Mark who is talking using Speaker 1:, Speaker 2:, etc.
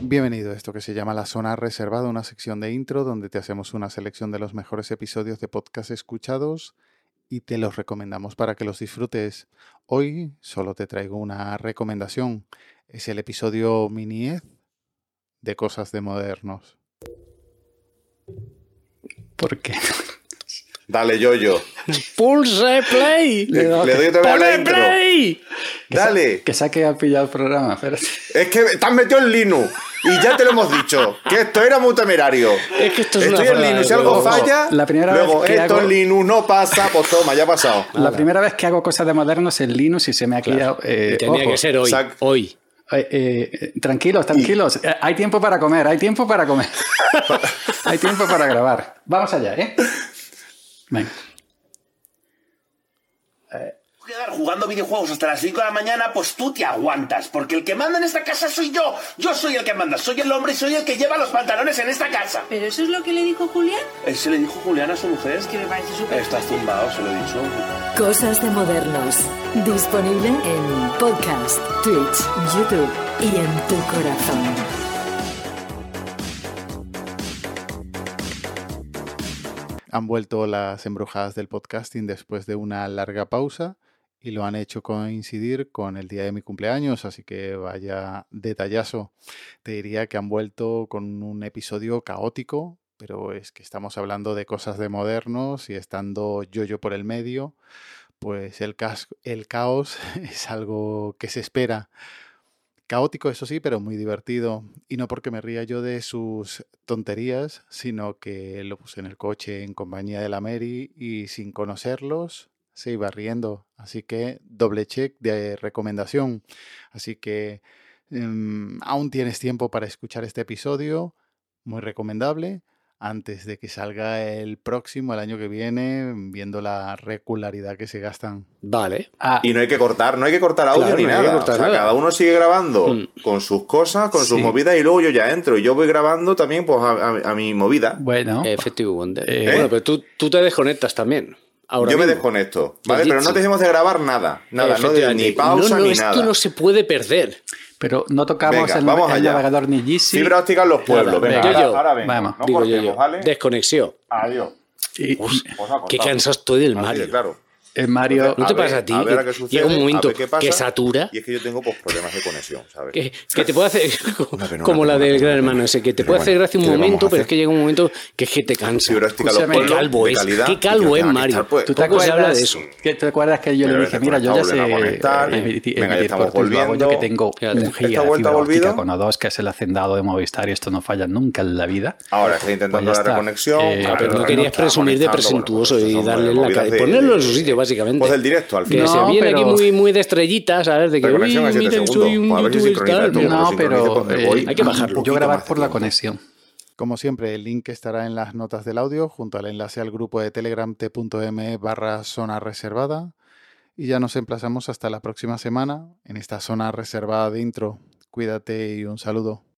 Speaker 1: Bienvenido a esto que se llama La Zona Reservada, una sección de intro donde te hacemos una selección de los mejores episodios de podcast escuchados y te los recomendamos para que los disfrutes. Hoy solo te traigo una recomendación. Es el episodio miniez de Cosas de Modernos.
Speaker 2: ¿Por qué?
Speaker 3: Dale, Yoyo.
Speaker 2: ¡Pulse play!
Speaker 3: Le, le doy otra vez a la
Speaker 2: ¡Pone
Speaker 3: intro.
Speaker 2: play! Que sa-
Speaker 3: Dale.
Speaker 2: Que saque ha pillado el programa, espérate.
Speaker 3: Es que te has metido en Linux. Y ya te lo hemos dicho. Que esto era muy temerario.
Speaker 2: Es que esto es
Speaker 3: Estoy
Speaker 2: una
Speaker 3: en
Speaker 2: prueba
Speaker 3: Linux.
Speaker 2: de
Speaker 3: Si algo
Speaker 2: huevo.
Speaker 3: falla,
Speaker 2: La primera
Speaker 3: luego
Speaker 2: vez que
Speaker 3: esto
Speaker 2: hago-
Speaker 3: en Linux no pasa, pues toma, ya ha pasado.
Speaker 2: La primera vez que hago cosas de modernos en Linux y se me ha quedado. eh,
Speaker 4: Y tenía
Speaker 2: ojo.
Speaker 4: que ser hoy.
Speaker 3: Sac-
Speaker 4: Hoy.
Speaker 2: Eh, eh, tranquilos, tranquilos. Eh, Hay tiempo para comer, hay tiempo para comer. hay tiempo para grabar. Vamos allá, ¿eh? Venga.
Speaker 5: quedar jugando videojuegos hasta las 5 de la mañana, pues tú te aguantas, porque el que manda en esta casa soy yo. Yo soy el que manda, soy el hombre y soy el que lleva los pantalones en esta casa.
Speaker 6: ¿Pero eso es lo que le dijo Julián?
Speaker 5: Eh, Se le dijo Julián a su mujer.
Speaker 6: Es que me parece súper...
Speaker 5: Estás tumbado, se lo he dicho.
Speaker 7: Cosas de modernos. Disponible en podcast, Twitch, YouTube y en tu corazón.
Speaker 1: Han vuelto las embrujadas del podcasting después de una larga pausa y lo han hecho coincidir con el día de mi cumpleaños, así que vaya detallazo. Te diría que han vuelto con un episodio caótico, pero es que estamos hablando de cosas de modernos y estando yo yo por el medio, pues el, cas- el caos es algo que se espera. Caótico, eso sí, pero muy divertido. Y no porque me ría yo de sus tonterías, sino que lo puse en el coche en compañía de la Mary y sin conocerlos se iba riendo. Así que doble check de recomendación. Así que em, aún tienes tiempo para escuchar este episodio, muy recomendable, antes de que salga el próximo, el año que viene, viendo la regularidad que se gastan.
Speaker 4: Vale.
Speaker 2: Ah,
Speaker 3: Y no hay que cortar, no hay que cortar audio
Speaker 4: Claro,
Speaker 3: ni
Speaker 4: no hay que
Speaker 3: nada.
Speaker 4: cortar
Speaker 3: O sea,
Speaker 4: nada.
Speaker 3: Cada uno sigue grabando
Speaker 4: Mm.
Speaker 3: con sus cosas, con sus
Speaker 2: Sí.
Speaker 3: movidas, y luego yo ya entro. Y yo voy grabando también pues, a, a- a mi movida.
Speaker 2: bueno,
Speaker 4: Effective Wonder.
Speaker 2: Eh,
Speaker 4: Bueno, pero tú, tú te desconectas también. Ahora
Speaker 3: yo me
Speaker 4: mismo.
Speaker 3: desconecto, ¿vale? Pero no
Speaker 4: Jitsi.
Speaker 3: dejemos de grabar nada. Nada, no de-
Speaker 4: Efectivamente.
Speaker 3: ni pausa
Speaker 4: No, no,
Speaker 3: ni
Speaker 4: esto
Speaker 3: nada.
Speaker 4: no se puede perder.
Speaker 2: pero no tocamos
Speaker 3: Venga,
Speaker 2: el,
Speaker 3: vamos
Speaker 2: el
Speaker 3: allá.
Speaker 2: navegador ni GC.
Speaker 3: Fibra óptica en los pueblos.
Speaker 2: Nada,
Speaker 3: Venga,
Speaker 4: venga.
Speaker 3: ahora,
Speaker 4: Yo, yo.
Speaker 3: ahora venga.
Speaker 2: Vamos.
Speaker 3: No
Speaker 4: digo yo,
Speaker 3: cortemos,
Speaker 4: yo.
Speaker 3: ¿vale?
Speaker 4: Desconexión.
Speaker 3: Adiós.
Speaker 2: Y-
Speaker 3: Os ha
Speaker 4: Qué
Speaker 3: cortado.
Speaker 4: cansado estoy del
Speaker 3: Así
Speaker 4: Mario.
Speaker 3: de claro.
Speaker 2: eh, Mario,
Speaker 4: ¿No
Speaker 3: A
Speaker 4: te
Speaker 3: ver,
Speaker 4: pasa a ti?
Speaker 3: a ver
Speaker 4: que
Speaker 3: qué sucede,
Speaker 4: llega un momento
Speaker 3: a ver qué pasa.
Speaker 4: que satura,
Speaker 3: Y es que yo tengo pues, problemas de conexión, ¿sabes?
Speaker 4: que, que te puede hacer
Speaker 3: Una pena,
Speaker 4: como
Speaker 3: una
Speaker 4: la
Speaker 3: pena,
Speaker 4: del
Speaker 3: una
Speaker 4: gran
Speaker 3: pena.
Speaker 4: hermano ese, que te
Speaker 3: Pero
Speaker 4: puede hacer
Speaker 3: bueno,
Speaker 4: gracia un
Speaker 3: ¿qué le vamos a
Speaker 4: momento, pero
Speaker 3: hacer?
Speaker 4: es que llega un momento que es que te cansa.
Speaker 3: Fibra óptica en los
Speaker 2: Escúchame,
Speaker 4: Qué
Speaker 3: pueblos.
Speaker 4: calvo
Speaker 3: de
Speaker 4: es,
Speaker 3: calidad,
Speaker 4: qué calvo
Speaker 3: y
Speaker 4: es
Speaker 3: que
Speaker 4: Mario.
Speaker 3: conectar, pues.
Speaker 2: ¿Tú te
Speaker 4: Poco se
Speaker 2: acuerdas,
Speaker 4: habla de eso.
Speaker 2: que- ¿Tú te acuerdas que yo
Speaker 3: Pero
Speaker 2: le dije, mira, yo ya
Speaker 3: desconectado,
Speaker 2: sé
Speaker 3: volvemos a conectar,
Speaker 2: emitir-
Speaker 3: y- venga, ya
Speaker 2: emitir
Speaker 3: estamos
Speaker 2: por tus vagos, yo
Speaker 3: volviendo.
Speaker 2: que tengo
Speaker 4: Fíjate.
Speaker 2: un giga
Speaker 3: Esta
Speaker 2: de
Speaker 3: vuelta
Speaker 2: fibra
Speaker 3: volvido.
Speaker 2: óptica con O2, que es el hacendado de Movistar, y esto no falla nunca en la vida.
Speaker 3: Ahora está
Speaker 2: Pues
Speaker 3: intentando
Speaker 2: ya
Speaker 3: la
Speaker 2: está.
Speaker 3: reconexión.
Speaker 2: Eh,
Speaker 3: Claro,
Speaker 4: pero no
Speaker 3: está
Speaker 4: querías presumir de
Speaker 3: conectando, bueno,
Speaker 4: presuntuoso
Speaker 3: pues
Speaker 4: y
Speaker 3: eso son
Speaker 4: darle en la
Speaker 3: movidas
Speaker 4: cara.
Speaker 3: de-
Speaker 4: Ponerlo en
Speaker 3: de-
Speaker 4: su sitio, básicamente.
Speaker 3: Pues del directo, al
Speaker 4: Que
Speaker 3: final.
Speaker 2: No,
Speaker 4: se viene
Speaker 2: pero-
Speaker 4: aquí muy, muy de estrellitas, ¿sabes? De que,
Speaker 3: La
Speaker 4: uy,
Speaker 3: conexión es siete
Speaker 4: mira,
Speaker 3: segundos.
Speaker 4: soy un
Speaker 3: Pues a ver si
Speaker 4: youtuber
Speaker 3: sincroniza
Speaker 4: tal.
Speaker 3: todo.
Speaker 4: No,
Speaker 2: No,
Speaker 3: sincronice
Speaker 2: pero eh,
Speaker 3: con el voy.
Speaker 4: Hay que bajarlo.
Speaker 2: Yo
Speaker 3: Poquito
Speaker 2: grabar
Speaker 3: más
Speaker 2: por
Speaker 3: de
Speaker 2: la
Speaker 3: tiempo.
Speaker 2: conexión.
Speaker 1: Como siempre, el link estará en las notas del audio junto al enlace al grupo de telegram t.m barra zona reservada. Y ya nos emplazamos hasta la próxima semana en esta zona reservada de intro. Cuídate y un saludo.